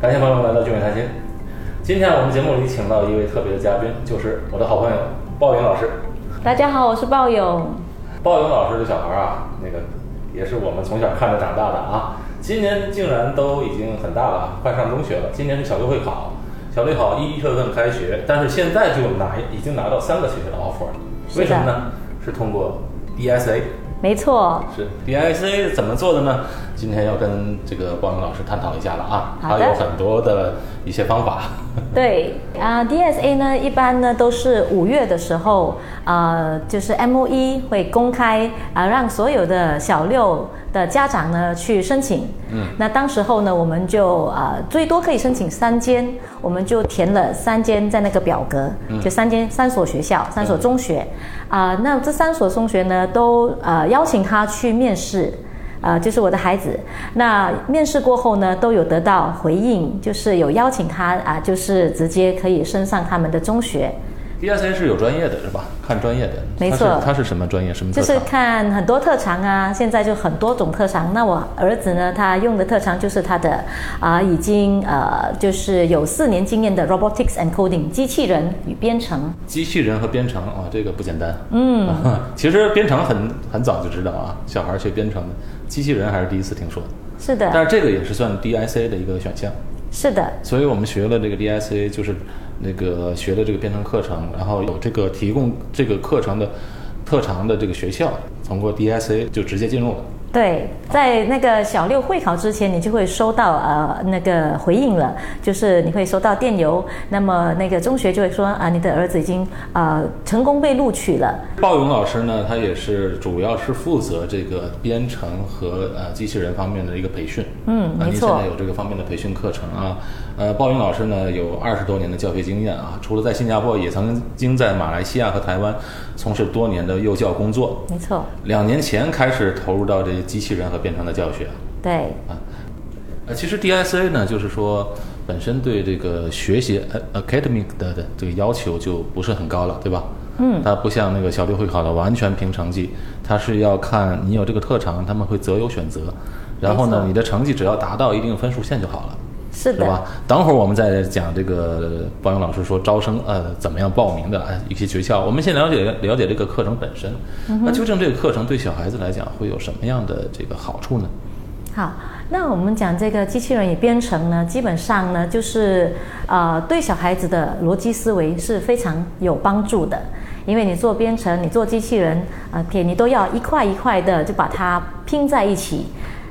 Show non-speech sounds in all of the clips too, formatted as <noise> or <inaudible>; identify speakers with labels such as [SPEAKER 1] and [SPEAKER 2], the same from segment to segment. [SPEAKER 1] 感谢朋友们来到聚美谈心。今天我们节目里请到一位特别的嘉宾，就是我的好朋友鲍颖老师。
[SPEAKER 2] 大家好，我是鲍勇。
[SPEAKER 1] 鲍颖老师这小孩啊，那个也是我们从小看着长大的啊。今年竟然都已经很大了，快上中学了。今年是小六会考，小六考一月份开学，但是现在就拿已经拿到三个学校的 offer 了。
[SPEAKER 2] 是的
[SPEAKER 1] 为什么呢？是通过 BSA，
[SPEAKER 2] 没错，
[SPEAKER 1] 是 BSA 怎么做的呢？今天要跟这个鲍颖老师探讨一下了啊，
[SPEAKER 2] 好
[SPEAKER 1] 他
[SPEAKER 2] 的
[SPEAKER 1] 有很多的一些方法。
[SPEAKER 2] 对啊、d s a 呢一般呢都是五月的时候，呃，就是 MOE 会公开啊、让所有的小六的家长呢去申请。嗯，那当时候呢，我们就啊、最多可以申请三间，我们就填了三间在那个表格，就三间三所学校，三所中学啊、那这三所中学呢都呃邀请他去面试。呃，就是我的孩子。那面试过后呢，都有得到回应，就是有邀请他啊、就是直接可以升上他们的中学，
[SPEAKER 1] BSA 是有专业的是吧？看专业的，
[SPEAKER 2] 没
[SPEAKER 1] 他是
[SPEAKER 2] 错
[SPEAKER 1] 他是什么专业？什么特
[SPEAKER 2] 就
[SPEAKER 1] 长？
[SPEAKER 2] 是看很多特长啊。现在就很多种特长。那我儿子呢，他用的特长就是他的啊、已经呃，就是有四年经验的 robotics and coding 机器人与编程。
[SPEAKER 1] 机器人和编程啊、这个不简单。嗯， <laughs> 其实编程很很早就知道啊，小孩学编程的，机器人还是第一次听说的。
[SPEAKER 2] 是啊的，
[SPEAKER 1] 但是这个也是算 DIC 的一个选项，
[SPEAKER 2] 是的，
[SPEAKER 1] 所以我们学了这个 DIC，就是那个学了这个编程课程，然后有这个提供这个课程的特长的这个学校，通过 DIC 就直接进入了。
[SPEAKER 2] 对，在那个小六会考之前，你就会收到呃那个回应了，就是你会收到电邮，那么那个中学就会说啊、你的儿子已经呃成功被录取了。
[SPEAKER 1] 鲍勇老师呢，他也是主要是负责这个编程和呃机器人方面的一个培训。
[SPEAKER 2] 嗯
[SPEAKER 1] 啊
[SPEAKER 2] 没
[SPEAKER 1] 您
[SPEAKER 2] 错
[SPEAKER 1] 现在有这个方面的培训课程啊。呃，鲍勇老师呢有二十多年的教学经验啊，除了在新加坡，也曾经在马来西亚和台湾从事多年的幼教工作。
[SPEAKER 2] 没错，
[SPEAKER 1] 两年前开始投入到这个机器人和编程的教学。
[SPEAKER 2] 对，
[SPEAKER 1] 呃，其实 DICA 呢，就是说本身对这个学习呃 academic 的的这个要求就不是很高了，对吧？嗯，它不像那个小六会考的完全凭成绩，它是要看你有这个特长，他们会择优选择，然后
[SPEAKER 2] 没
[SPEAKER 1] 呢，
[SPEAKER 2] 错
[SPEAKER 1] 你的成绩只要达到一定分数线就好了，
[SPEAKER 2] 是
[SPEAKER 1] 是
[SPEAKER 2] 的，
[SPEAKER 1] 吧？等会儿我们再讲这个包勇老师说招生呃怎么样报名的哎一些诀窍，我们先了解了解这个课程本身，
[SPEAKER 2] 嗯
[SPEAKER 1] 那究竟这个课程对小孩子来讲会有什么样的这个好处呢？
[SPEAKER 2] 好，那我们讲这个机器人与编程呢，基本上呢就是呃对小孩子的逻辑思维是非常有帮助的，因为你做编程，你做机器人，呃，铁你都要一块一块的就把它拼在一起，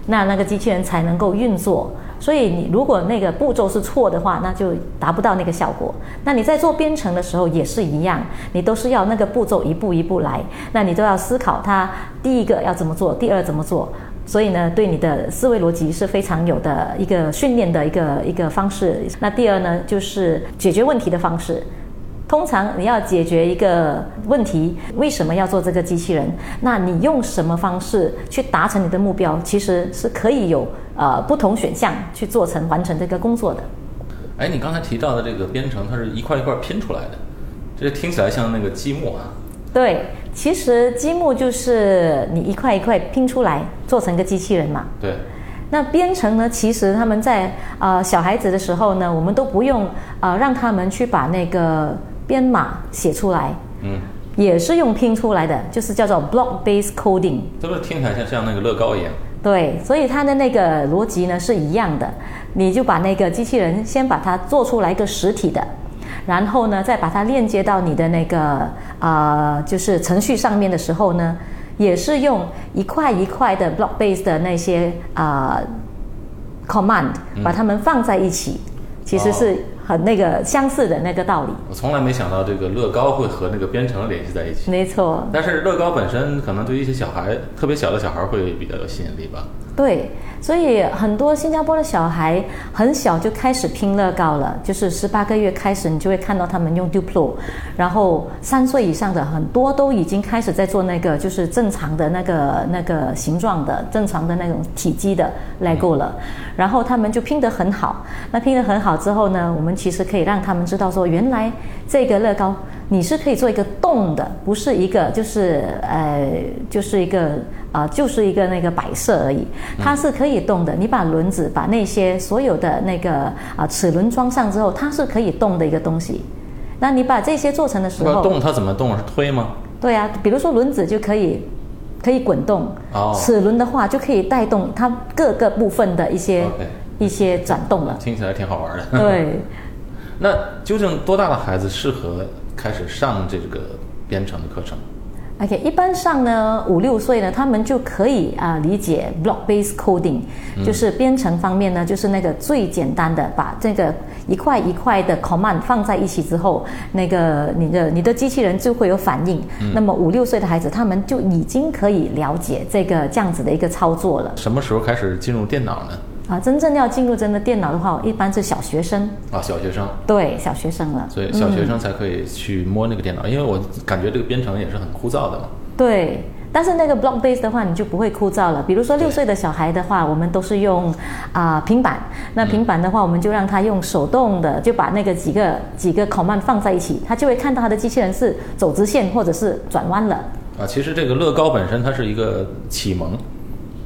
[SPEAKER 2] 那那个机器人才能够运作。所以你如果那个步骤是错的话，那就达不到那个效果。那你在做编程的时候也是一样，你都是要那个步骤一步一步来，那你都要思考它第一个要怎么做，第二怎么做。所以呢，对你的思维逻辑是非常有的一个训练的一个一个方式。那第二呢，就是解决问题的方式。通常你要解决一个问题，为什么要做这个机器人？那你用什么方式去达成你的目标？其实是可以有呃不同选项去做成完成这个工作的。
[SPEAKER 1] 哎，你刚才提到的这个编程，它是一块一块拼出来的，这听起来像那个积木啊。
[SPEAKER 2] 对，其实积木就是你一块一块拼出来做成一个机器人嘛。
[SPEAKER 1] 对，
[SPEAKER 2] 那编程呢？其实他们在呃小孩子的时候呢，我们都不用呃让他们去把那个编码写出来，
[SPEAKER 1] 嗯，
[SPEAKER 2] 也是用拼出来的，就是叫做 block-based coding。
[SPEAKER 1] 这不是听起来像像那个乐高一样？
[SPEAKER 2] 对，所以它的那个逻辑呢是一样的，你就把那个机器人先把它做出来一个实体的，然后呢再把它链接到你的那个呃就是程序上面的时候呢，也是用一块一块的 block base 的那些呃 command 把它们放在一起，其实是很那个相似的那个道理。
[SPEAKER 1] 我从来没想到这个乐高会和那个编程联系在一起。
[SPEAKER 2] 没错，
[SPEAKER 1] 但是乐高本身可能对于一些小孩，特别小的小孩会比较有吸引力吧。
[SPEAKER 2] 对，所以很多新加坡的小孩很小就开始拼乐高了，就是十八个月开始，你就会看到他们用 Duplo，然后三岁以上的很多都已经开始在做那个就是正常的那个那个形状的、正常的那种体积的 LEGO 了，然后他们就拼得很好。那拼得很好之后呢，我们其实可以让他们知道说，原来这个乐高你是可以做一个动的，不是一个
[SPEAKER 1] 嗯
[SPEAKER 2] 就是呃就是一个。啊、就是一个那个摆设而已，它是可以以动的。你把轮子把那些所有的那个啊、齿轮装上之后，它是可以动的一个东西。那你把这些做成的时
[SPEAKER 1] 那
[SPEAKER 2] 候，
[SPEAKER 1] 动它怎么动？是推吗？
[SPEAKER 2] 对啊，比如说轮子就可以可以滚动，
[SPEAKER 1] 哦
[SPEAKER 2] 齿轮的话就可以带动它各个部分的一些
[SPEAKER 1] OK。
[SPEAKER 2] 一些转动了
[SPEAKER 1] <laughs> 听起来挺好玩的。
[SPEAKER 2] 对，
[SPEAKER 1] <laughs> 那究竟多大的孩子适合开始上这个编程的课程？
[SPEAKER 2] OK，一般上呢，五六岁呢，他们就可以啊、理解 block-based coding，、就是编程方面呢，就是那个最简单的，把这个一块一块的 command 放在一起之后，那个你的你的机器人就会有反应。那么五六岁的孩子，他们就已经可以了解这个这样子的一个操作了
[SPEAKER 1] 什么时候开始进入电脑呢？
[SPEAKER 2] 啊。真正要进入真的电脑的话，一般是小学生，
[SPEAKER 1] 啊，小学生，
[SPEAKER 2] 对，小学生了。
[SPEAKER 1] 所以小
[SPEAKER 2] 嗯
[SPEAKER 1] 学生才可以去摸那个电脑，因为我感觉这个编程也是很枯燥的嘛。
[SPEAKER 2] 对，但是那个 block base 的话，你就不会枯燥了。比如说六岁的小孩的话，我们都是用啊、平板，那平板的话，我们就让他用手动的，就把那个几个几个 command 放在一起，他就会看到他的机器人是走直线或者是转弯了。
[SPEAKER 1] 啊，其实这个乐高本身它是一个启蒙，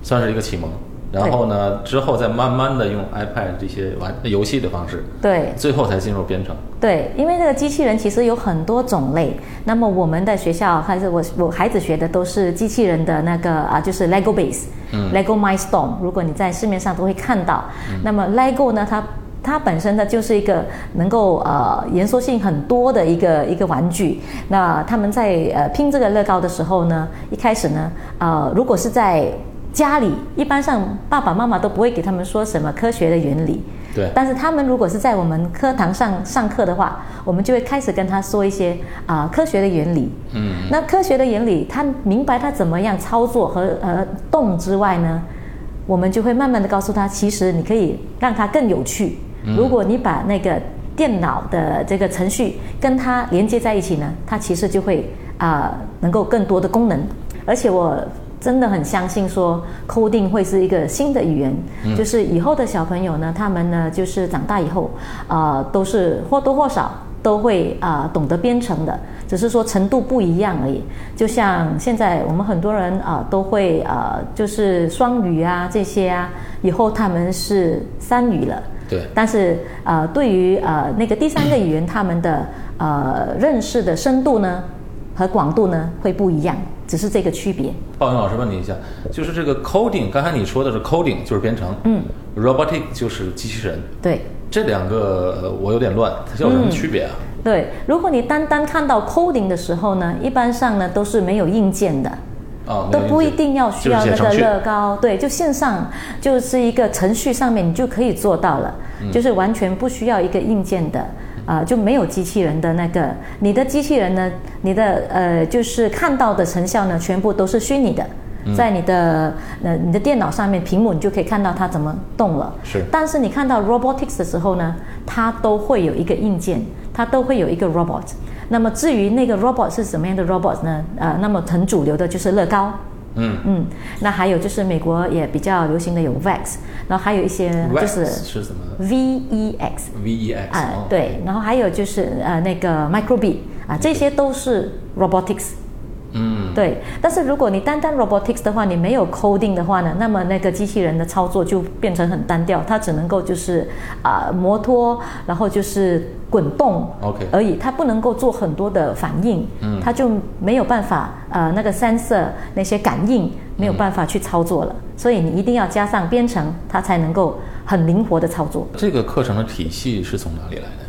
[SPEAKER 1] 算是一个启蒙。然后呢，之后再慢慢的用 iPad 这些玩游戏的方式，
[SPEAKER 2] 对
[SPEAKER 1] 最后才进入编程。
[SPEAKER 2] 对，因为那个机器人其实有很多种类。那么我们的学校还是我我孩子学的都是机器人的那个啊，就是 LEGO Base、LEGO Mindstorm。如果你在市面上都会看到。那么 LEGO 呢，它它本身呢就是一个能够呃延缩性很多的一个一个玩具。那他们在呃拼这个乐高的时候呢，一开始呢，呃，如果是在家里，一般上爸爸妈妈都不会给他们说什么科学的原理。
[SPEAKER 1] 对
[SPEAKER 2] 但是他们如果是在我们课堂上上课的话，我们就会开始跟他说一些啊、科学的原理。
[SPEAKER 1] 嗯，
[SPEAKER 2] 那科学的原理，他明白他怎么样操作和呃动之外呢，我们就会慢慢的告诉他，其实你可以让它更有趣。如果你把那个电脑的这个程序跟它连接在一起呢，它其实就会啊、能够更多的功能。而且我真的很相信说，coding 会是一个新的语言，就是以后的小朋友呢，他们呢就是长大以后，啊，都是或多或少都会啊、懂得编程的，只是说程度不一样而已。就像现在我们很多人啊、都会啊、就是双语啊这些啊，以后他们是三语了。
[SPEAKER 1] 对
[SPEAKER 2] 但是呃，对于呃那个第三个语言，他们的呃认识的深度呢和广度呢会不一样，只是这个区别。
[SPEAKER 1] 鲍云老师问你一下，就是这个 coding，刚才你说的是 coding，就是编程，
[SPEAKER 2] 嗯
[SPEAKER 1] ，robotic 就是机器人，
[SPEAKER 2] 对
[SPEAKER 1] 这两个呃我有点乱，它有什
[SPEAKER 2] 嗯
[SPEAKER 1] 么区别啊？
[SPEAKER 2] 对，如果你单单看到 coding 的时候呢，一般上呢都是没有硬件的。
[SPEAKER 1] 啊，
[SPEAKER 2] 都
[SPEAKER 1] 没有
[SPEAKER 2] 不
[SPEAKER 1] 解
[SPEAKER 2] 一定要需要
[SPEAKER 1] 就是
[SPEAKER 2] 那
[SPEAKER 1] 写程
[SPEAKER 2] 个
[SPEAKER 1] 序
[SPEAKER 2] 乐高，对，就线上就是一个程序上面你就可以做到了，就是完全不需要一个硬件的。啊、就没有机器人的那个，你的机器人呢，你的呃，就是看到的成效呢，全部都是虚拟的，在你的呃你的电脑上面屏幕，你就可以看到它怎么动了。
[SPEAKER 1] 是
[SPEAKER 2] 但是你看到 robotics 的时候呢，它都会有一个硬件，它都会有一个 robot。那么至于那个 robot 是什么样的 robot 呢？呃，那么很主流的就是乐高。
[SPEAKER 1] 嗯
[SPEAKER 2] 嗯，那还有就是美国也比较流行的有 VEX，然后还有一些就
[SPEAKER 1] ，Vex
[SPEAKER 2] 是
[SPEAKER 1] 是怎么
[SPEAKER 2] VEX
[SPEAKER 1] ？V E X
[SPEAKER 2] 啊、对，然后还有就是呃那个 Micro:bit 啊、这些都是 robotics。
[SPEAKER 1] 嗯，
[SPEAKER 2] 对，但是如果你单单 robotics 的话，你没有 coding 的话呢，那么那个机器人的操作就变成很单调，它只能够就是啊、摩托，然后就是滚动
[SPEAKER 1] OK
[SPEAKER 2] 而已，它不能够做很多的反应，
[SPEAKER 1] 嗯
[SPEAKER 2] 它就没有办法呃那个 sensor 那些感应没有办法去操作了，所以你一定要加上编程，它才能够很灵活的操作。
[SPEAKER 1] 这个课程的体系是从哪里来的呀？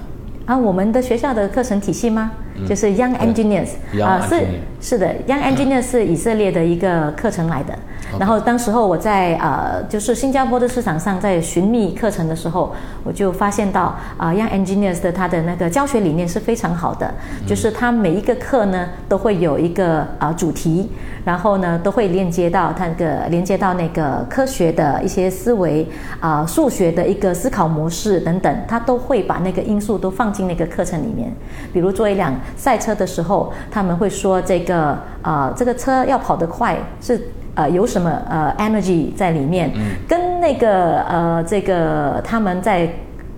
[SPEAKER 2] 啊，我们的学校的课程体系吗？
[SPEAKER 1] 嗯
[SPEAKER 2] 就是 Young
[SPEAKER 1] 对
[SPEAKER 2] Engineers
[SPEAKER 1] Young
[SPEAKER 2] 啊、是
[SPEAKER 1] Engineer
[SPEAKER 2] 是的，Young Engineers 是以色列的一个课程来的。然后当时候我在呃，就是新加坡的市场上在寻觅课程的时候，我就发现到啊、y o u n g Engineers 的它的那个教学理念是非常好的，
[SPEAKER 1] 嗯
[SPEAKER 2] 就是它每一个课呢都会有一个啊、主题，然后呢都会链接到它那个连接到那个科学的一些思维啊、数学的一个思考模式等等，它都会把那个因素都放进那个课程里面。比如做一辆赛车的时候，他们会说这个啊、这个车要跑得快是。呃，有什么呃 energy 在里面，跟那个呃，这个他们在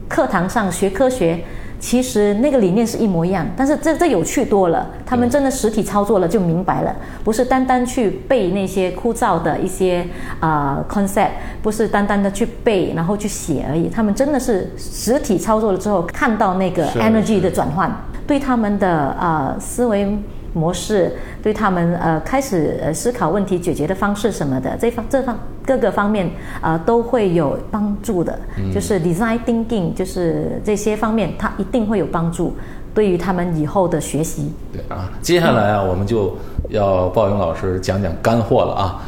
[SPEAKER 2] 课堂上学科学其实那个理念是一模一样，但是这这有趣多了。他们
[SPEAKER 1] 对
[SPEAKER 2] 真的实体操作了就明白了，不是单单去背那些枯燥的一些啊、呃 concept，不是单单的去背然后去写而已。他们真的是实体操作了之后，看到那个
[SPEAKER 1] 是
[SPEAKER 2] energy 的
[SPEAKER 1] 是
[SPEAKER 2] 转换，对他们的呃思维模式，对他们呃开始呃思考问题解决的方式什么的，这方这方各个方面呃都会有帮助的。就是 design thinking，就是这些方面，它一定会有帮助，对于他们以后的学习。
[SPEAKER 1] 对啊，接下来啊，我们就要鲍勇老师讲讲干货了啊。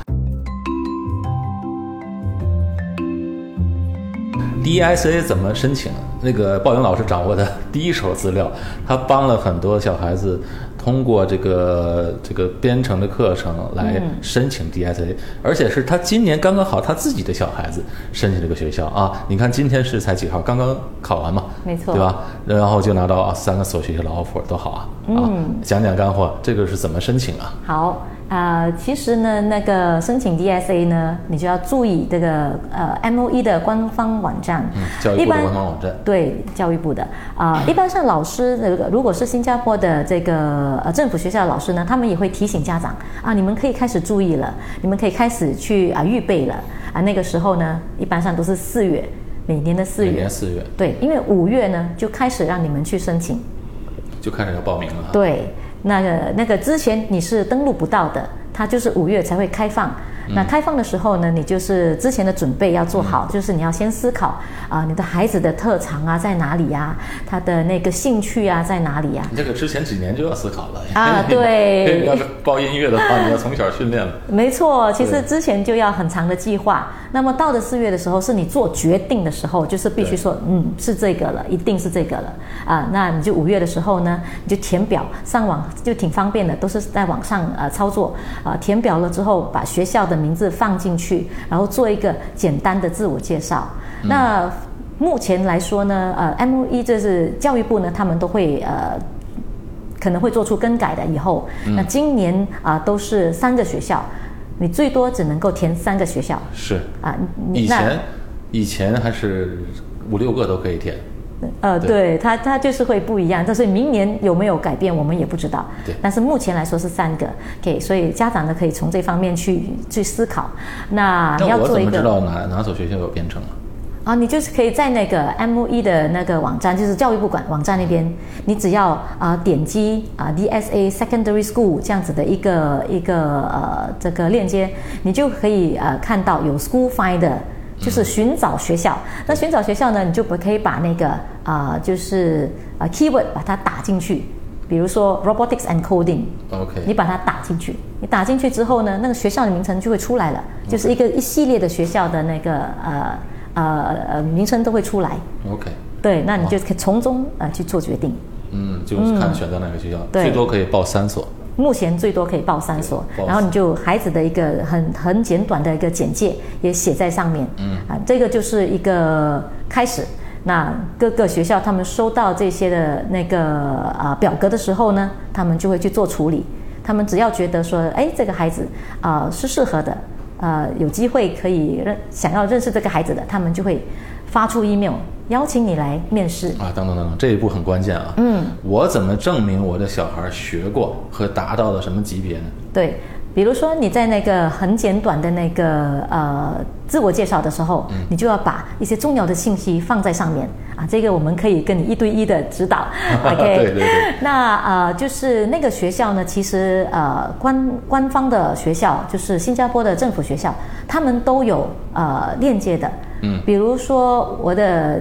[SPEAKER 1] DSA 怎么申请？那个鲍勇老师掌握的 <laughs> 第一手资料，他帮了很多小孩子通过这个这个编程的课程来
[SPEAKER 2] 嗯
[SPEAKER 1] 申请 DSA，、而且是他今年刚刚好他自己的小孩子申请这个学校啊。你看今天是才几号？刚刚考完嘛，
[SPEAKER 2] 没错
[SPEAKER 1] 对吧？然后就拿到啊三个所学校的 offer，多好啊！啊，
[SPEAKER 2] 嗯
[SPEAKER 1] 讲讲干货，这个是怎么申请啊？
[SPEAKER 2] 好，呃，其实呢，那个申请 DSA 呢，你就要注意这个呃 MOE 的官方网站，
[SPEAKER 1] 嗯教育部的
[SPEAKER 2] 一般
[SPEAKER 1] 官方网站
[SPEAKER 2] 对，教育部的啊、一般上老师那个如果是新加坡的这个呃政府学校的老师呢，他们也会提醒家长啊，你们可以开始注意了，你们可以开始去啊、预备了啊，那个时候呢，一般上都是四月，每年的四
[SPEAKER 1] 每
[SPEAKER 2] 月
[SPEAKER 1] 年，四月
[SPEAKER 2] 对，因为五月呢就开始让你们去申请。
[SPEAKER 1] 就开始要报名了啊。
[SPEAKER 2] 对，那个那个之前你是登录不到的，它就是五月才会开放。那开放的时候呢，你就是之前的准备要做好，就是你要先思考啊、你的孩子的特长啊在哪里呀、他的那个兴趣啊在哪里呀、
[SPEAKER 1] 你这个之前几年就要思考了
[SPEAKER 2] 啊
[SPEAKER 1] <laughs>
[SPEAKER 2] 对
[SPEAKER 1] 要是报音乐的话，你要从小训练了。
[SPEAKER 2] 没错，其实
[SPEAKER 1] 对
[SPEAKER 2] 之前就要很长的计划。那么到了四月的时候，是你做决定的时候，就是必须
[SPEAKER 1] 对
[SPEAKER 2] 说，嗯，是这个了，一定是这个了啊、那你就五月的时候呢，你就填表上网，就挺方便的，都是在网上呃操作啊、填表了之后，把学校的名字放进去，然后做一个简单的自我介绍。
[SPEAKER 1] 嗯
[SPEAKER 2] 那目前来说呢，呃，MOE 就是教育部呢，他们都会呃可能会做出更改的。以后，
[SPEAKER 1] 嗯
[SPEAKER 2] 那今年啊、都是三个学校，你最多只能够填三个学校
[SPEAKER 1] 是，
[SPEAKER 2] 啊。你
[SPEAKER 1] 以
[SPEAKER 2] 那
[SPEAKER 1] 前以前还是五六个都可以填，
[SPEAKER 2] 呃，
[SPEAKER 1] 对
[SPEAKER 2] 对它它就是会不一样，但是明年有没有改变我们也不知道。
[SPEAKER 1] 对
[SPEAKER 2] 但是目前来说是三个，OK，所以家长呢可以从这方面去去思考。那啊你
[SPEAKER 1] 那
[SPEAKER 2] 要
[SPEAKER 1] 我
[SPEAKER 2] 做
[SPEAKER 1] 怎
[SPEAKER 2] 一
[SPEAKER 1] 么
[SPEAKER 2] 个
[SPEAKER 1] 知道哪哪所学校有编程啊？
[SPEAKER 2] 啊，你就是可以在那个 MOE 的那个网站，就是教育部管网站那边，你只要啊、点击啊、DSA Secondary School 这样子的一个一个呃这个链接，你就可以呃看到有 School Finder。就是寻找学校，那寻找学校呢，你就不可以把那个啊、就是呃 keyword 把它打进去，比如说 robotics and coding，
[SPEAKER 1] OK
[SPEAKER 2] 你把它打进去，你打进去之后呢，那个学校的名称就会出来了，就是一个一系列的学校的那个呃呃呃名称都会出来。
[SPEAKER 1] OK，
[SPEAKER 2] 对，那你就可以从中呃去做决定。
[SPEAKER 1] 嗯，就是看选择哪个学校，
[SPEAKER 2] 对
[SPEAKER 1] 最多可以报三所。
[SPEAKER 2] 目前最多可以报三所，
[SPEAKER 1] 报
[SPEAKER 2] 然后你就孩子的一个很很简短的一个简介也写在上面。嗯，啊，这个就是一个开始。那各个学校他们收到这些的那个啊、表格的时候呢，他们就会去做处理。他们只要觉得说，哎，这个孩子啊、是适合的，呃，有机会可以认想要认识这个孩子的，他们就会发出 email 邀请你来面试。
[SPEAKER 1] 啊，等等等等，这一步很关键啊。嗯，我怎么证明我的小孩学过和达到了什么级别呢？
[SPEAKER 2] 对，比如说你在那个很简短的那个呃自我介绍的时候，
[SPEAKER 1] 嗯
[SPEAKER 2] 你就要把一些重要的信息放在上面啊。这个我们可以跟你一对一的指
[SPEAKER 1] <laughs>
[SPEAKER 2] 导，OK？
[SPEAKER 1] 对对对
[SPEAKER 2] 那呃，就是那个学校呢，其实呃官官方的学校，就是新加坡的政府学校，他们都有呃链接的。
[SPEAKER 1] 嗯
[SPEAKER 2] 比如说我的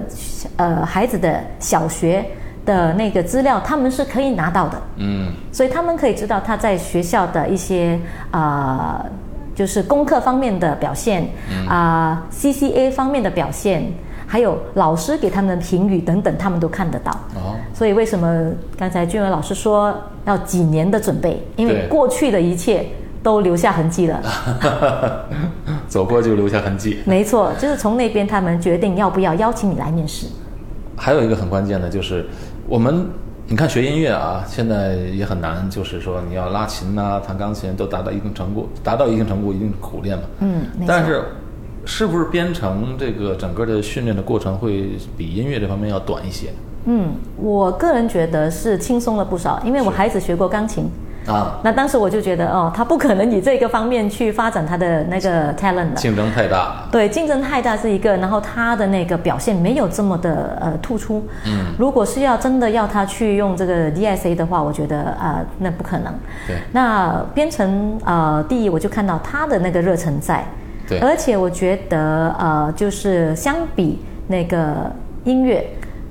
[SPEAKER 2] 呃孩子的小学的那个资料，他们是可以拿到的。
[SPEAKER 1] 嗯，
[SPEAKER 2] 所以他们可以知道他在学校的一些啊、呃就是功课方面的表现
[SPEAKER 1] 嗯
[SPEAKER 2] 啊、CCA 方面的表现，还有老师给他们的评语等等，他们都看得到。
[SPEAKER 1] 哦， <laughs>
[SPEAKER 2] 所以为什么刚才俊文老师说要几年的准备？因为
[SPEAKER 1] 对
[SPEAKER 2] 过去的一切都留下痕
[SPEAKER 1] <laughs>
[SPEAKER 2] 迹了。
[SPEAKER 1] 走过就留下痕迹。
[SPEAKER 2] 没错，就是从那边他们决定要不要邀请你来面试。
[SPEAKER 1] 还有一个很关键的就是，我们你看学音乐啊，现在也很难，就是说你要拉琴呐、弹钢琴都达到一定程度，达到一定程度一定是苦练嘛。
[SPEAKER 2] 嗯没错
[SPEAKER 1] 但是是不是编程这个整个的训练的过程会比音乐这方面要短一些？
[SPEAKER 2] 嗯，我个人觉得是轻松了不少，因为我孩子学过钢琴。
[SPEAKER 3] 啊，
[SPEAKER 2] 那当时我就觉得，哦，他不可能以这个方面去发展他的那个 talent 了。
[SPEAKER 1] 竞争太大了。
[SPEAKER 2] 对，竞争太大是一个，然后他的那个表现没有这么的呃突出。嗯，如果是要真的要他去用这个 DSA 的话，我觉得啊、呃那不可能。
[SPEAKER 1] 对
[SPEAKER 2] 那编程呃，第一我就看到他的那个热忱在，
[SPEAKER 1] 对
[SPEAKER 2] 而且我觉得呃，就是相比那个音乐，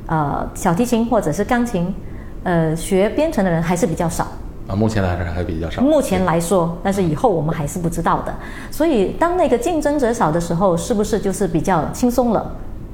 [SPEAKER 2] 呃，小提琴或者是钢琴，呃，学编程的人还是比较少。
[SPEAKER 1] 啊，目前来说还比较少。
[SPEAKER 2] 目前来说，但是以后我们还是不知道的。所以，当那个竞争者少的时候，是不是就是比较轻松了？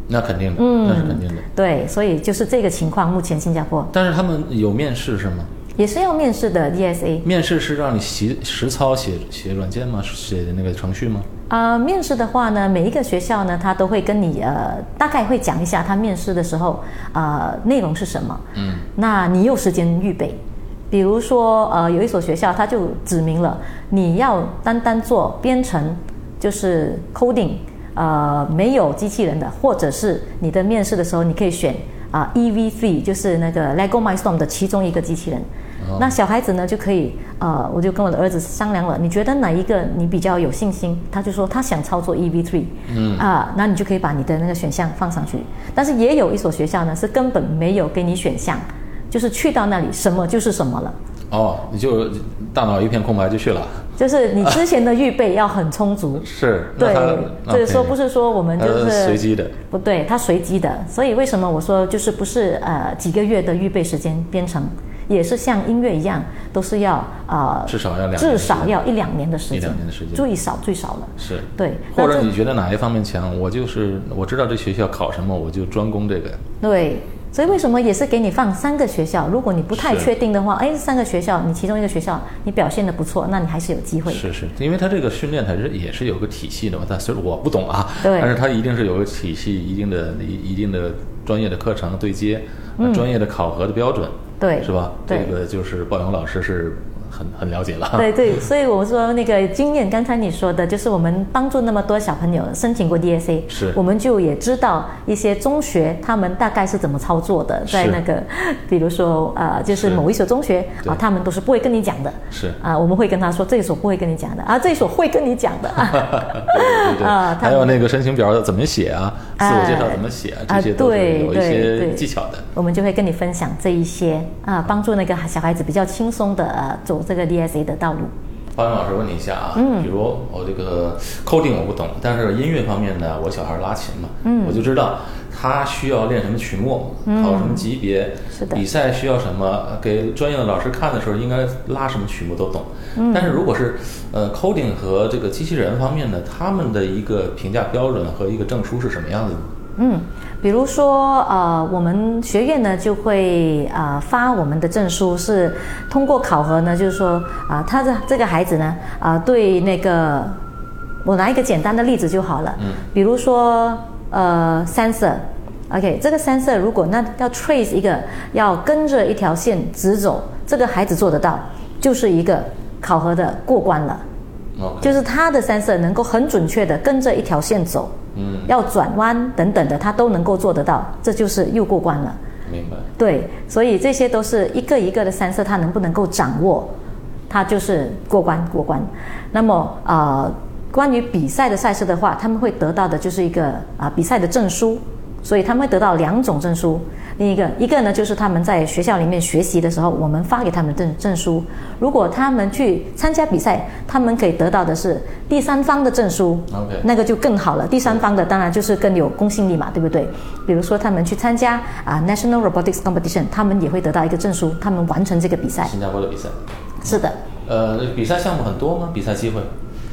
[SPEAKER 1] 那肯定的，
[SPEAKER 2] 嗯
[SPEAKER 1] 那是肯定的。
[SPEAKER 2] 对，所以就是这个情况，目前新加坡
[SPEAKER 1] 但是他们有面试是吗？
[SPEAKER 2] 也是要面试的 DSA。
[SPEAKER 1] 面试是让你实实操写写软件吗？写那个程序吗？
[SPEAKER 2] 啊、面试的话呢，每一个学校呢，他都会跟你呃，大概会讲一下他面试的时候呃内容是什么。嗯，那你有时间预备。比如说呃，有一所学校他就指明了你要单单做编程，就是 coding，呃，没有机器人的，或者是你的面试的时候你可以选啊、EV3，就是那个 LEGO Mindstorm 的其中一个机器人。那小孩子呢就可以，呃，我就跟我的儿子商量了，你觉得哪一个你比较有信心？他就说他想操作 EV3，嗯啊、那你就可以把你的那个选项放上去。但是也有一所学校呢是根本没有给你选项，就是去到那里什么就是什么了，
[SPEAKER 1] 哦，你就大脑一片空白就去了。
[SPEAKER 2] 就是你之前的预备要很充足。
[SPEAKER 1] 是，
[SPEAKER 2] 对
[SPEAKER 1] 那他，那
[SPEAKER 2] 这个说
[SPEAKER 1] 可以
[SPEAKER 2] 不是说我们就是
[SPEAKER 1] 它是随机的，
[SPEAKER 2] 不对，它随机的。所以为什么我说就是不是呃几个月的预备时间编程，也是像音乐一样，都是要呃
[SPEAKER 1] 至少要两年
[SPEAKER 2] 至少要一两年的时间，
[SPEAKER 1] 一两年的时间
[SPEAKER 2] 最少最少了。
[SPEAKER 1] 是。
[SPEAKER 2] 对，
[SPEAKER 1] 或
[SPEAKER 2] 那
[SPEAKER 1] 者
[SPEAKER 2] 这
[SPEAKER 1] 你觉得哪一方面强？我就是我知道这学校考什么，我就专攻这个。
[SPEAKER 2] 对，所以为什么也是给你放三个学校？如果你不太
[SPEAKER 1] 是
[SPEAKER 2] 确定的话，哎，三个学校你其中一个学校你表现的不错，那你还是有机会的。
[SPEAKER 1] 是是，因为它这个训练它是也是有个体系的嘛，但虽然我不懂啊，
[SPEAKER 2] 对
[SPEAKER 1] 但是它一定是有个体系，一定的一一定的专业的课程对接，呃专业的考核的标准，
[SPEAKER 2] 嗯对
[SPEAKER 1] 是吧？
[SPEAKER 2] 对
[SPEAKER 1] 这个就是鲍勇老师是很很了解了，
[SPEAKER 2] 对对，所以我说那个经验，刚才你说的，就是我们帮助那么多小朋友申请过 DSA，
[SPEAKER 1] 是
[SPEAKER 2] 我们就也知道一些中学他们大概是怎么操作的，在
[SPEAKER 1] 是
[SPEAKER 2] 那个，比如说呃，就
[SPEAKER 1] 是
[SPEAKER 2] 是某一所中学
[SPEAKER 1] 对
[SPEAKER 2] 啊，他们都是不会跟你讲的，
[SPEAKER 1] 是
[SPEAKER 2] 啊，我们会跟他说这一所不会跟你讲的，啊，这一所会跟你讲的，
[SPEAKER 1] <laughs> 对对
[SPEAKER 2] 啊他
[SPEAKER 1] 还有那个申请表怎么写啊，自我介绍怎么写啊，
[SPEAKER 2] 哎
[SPEAKER 1] 这些都是
[SPEAKER 2] 啊
[SPEAKER 1] 有一
[SPEAKER 2] 对对
[SPEAKER 1] 些
[SPEAKER 2] 对
[SPEAKER 1] 技巧的。
[SPEAKER 2] 我们就会跟你分享这一些啊，帮助那个小孩子比较轻松的呃走这个 DSA 的道路。
[SPEAKER 1] 包勇老师问你一下啊，嗯，比如我这个 coding 我不懂，但是音乐方面呢，我小孩拉琴嘛，嗯，我就知道他需要练什么曲目，考什么级别，
[SPEAKER 2] 是的
[SPEAKER 1] 比赛需要什么，给专业的老师看的时候应该拉什么曲目都懂。嗯，但是如果是呃 coding 和这个机器人方面呢，他们的一个评价标准和一个证书是什么样子的？
[SPEAKER 2] 嗯，比如说，呃，我们学院呢就会呃发我们的证书，是通过考核呢，就是说啊、他的这个孩子呢，啊、对那个，我拿一个简单的例子就好了，嗯，比如说呃 sensor。OK，这个 sensor 如果那要 trace 一个，要跟着一条线直走，这个孩子做得到，就是一个考核的过关了。
[SPEAKER 1] 哦，
[SPEAKER 2] 就是他的 sensor 能够很准确的跟着一条线走，
[SPEAKER 1] 嗯，
[SPEAKER 2] 要转弯等等的，他都能够做得到，这就是又过关了。
[SPEAKER 1] 明白。
[SPEAKER 2] 对，所以这些都是一个一个的 sensor，他能不能够掌握，他就是过关过关。那么呃，关于比赛的赛事的话，他们会得到的就是一个啊、比赛的证书。所以他们会得到两种证书，另一个一个呢就是他们在学校里面学习的时候，我们发给他们证证书。如果他们去参加比赛，他们可以得到的是第三方的证书
[SPEAKER 1] OK
[SPEAKER 2] 那个就更好了。第三方的当然就是更有公信力嘛，对不对？比如说他们去参加啊 National Robotics Competition，他们也会得到一个证书，他们完成这个比赛。
[SPEAKER 1] 新加坡的比赛，
[SPEAKER 2] 是的，
[SPEAKER 1] 呃，比赛项目很多吗？比赛机会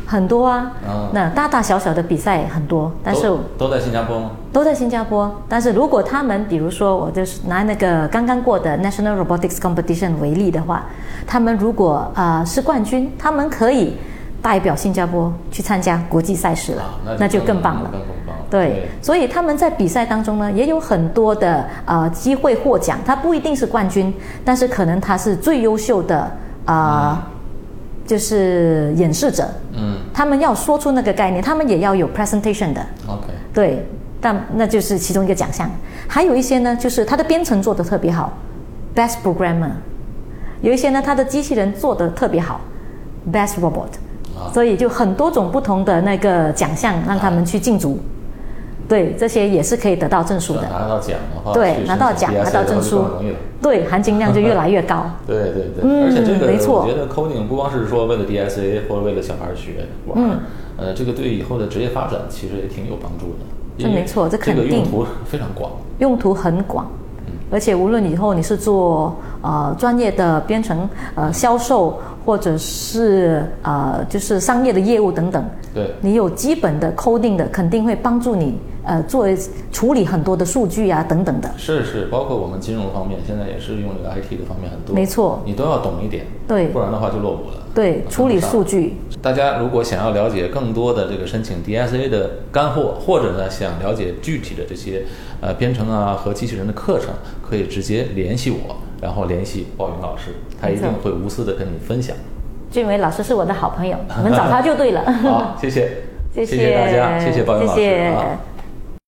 [SPEAKER 2] 很多啊，
[SPEAKER 1] 啊
[SPEAKER 2] 那大大小小的比赛很多，但是
[SPEAKER 1] 都都在新加坡吗？
[SPEAKER 2] 都在新加坡。但是如果他们，比如说我就是拿那个刚刚过的 National Robotics Competition 为例的话，他们如果呃是冠军，他们可以代表新加坡去参加国际赛事了，
[SPEAKER 1] 啊
[SPEAKER 2] 那就更棒了。
[SPEAKER 1] 更更棒了。
[SPEAKER 2] 对，所以他们在比赛当中呢，也有很多的呃机会获奖，他不一定是冠军，但是可能他是最优秀的呃，就是演示者，
[SPEAKER 1] 嗯
[SPEAKER 2] 他们要说出那个概念，他们也要有 presentation 的，
[SPEAKER 1] ，OK。
[SPEAKER 2] 对，但那就是其中一个奖项。还有一些呢，就是它的编程做得特别好，Best Programmer；有一些呢，它的机器人做得特别好，Best Robot
[SPEAKER 1] 啊。
[SPEAKER 2] 所以就很多种不同的那个奖项，让他们去竞逐。对，这些也是可以得到证书
[SPEAKER 1] 只要
[SPEAKER 2] 的。
[SPEAKER 1] 拿到奖的话，
[SPEAKER 2] 对，
[SPEAKER 1] 去
[SPEAKER 2] 拿到
[SPEAKER 1] 申请
[SPEAKER 2] 奖，
[SPEAKER 1] DSA
[SPEAKER 2] 拿到
[SPEAKER 1] 的话
[SPEAKER 2] 证
[SPEAKER 1] 就
[SPEAKER 2] 书
[SPEAKER 1] 更容易了。，
[SPEAKER 2] 对，含金量就越来越高。
[SPEAKER 1] 对对对，
[SPEAKER 2] 嗯
[SPEAKER 1] 而且这个
[SPEAKER 2] 没错
[SPEAKER 1] 我觉得 coding 不光是说为了 DSA 或者为了小孩学玩，
[SPEAKER 2] 嗯、
[SPEAKER 1] 呃，这个对以后的职业发展其实也挺有帮助的。
[SPEAKER 2] 这
[SPEAKER 1] 因为
[SPEAKER 2] 没错这
[SPEAKER 1] 这个
[SPEAKER 2] 肯定
[SPEAKER 1] 用途非常广。
[SPEAKER 2] 用途很广，
[SPEAKER 1] 嗯
[SPEAKER 2] 而且无论以后你是做呃专业的编程、呃销售，或者是呃就是商业的业务等等，
[SPEAKER 1] 对
[SPEAKER 2] 你有基本的 coding 的，肯定会帮助你呃做处理很多的数据啊等等的。
[SPEAKER 1] 是是，包括我们金融方面，现在也是用这个 IT 的方面很多。
[SPEAKER 2] 没错
[SPEAKER 1] 你都要懂一点，
[SPEAKER 2] 对
[SPEAKER 1] 不然的话就落伍了。
[SPEAKER 2] 对，处理数据，
[SPEAKER 1] 大家如果想要了解更多的这个申请 DSA 的干货，或者呢想了解具体的这些呃编程啊和机器人的课程，可以直接联系我，然后联系鲍云老师，他一定会无私的跟你分享。
[SPEAKER 2] 俊伟老师是我的好朋友，你们找他就对了。
[SPEAKER 1] 好，谢谢，
[SPEAKER 2] <laughs> 谢
[SPEAKER 1] 谢大家，谢谢鲍云老师
[SPEAKER 2] 谢谢
[SPEAKER 1] 啊。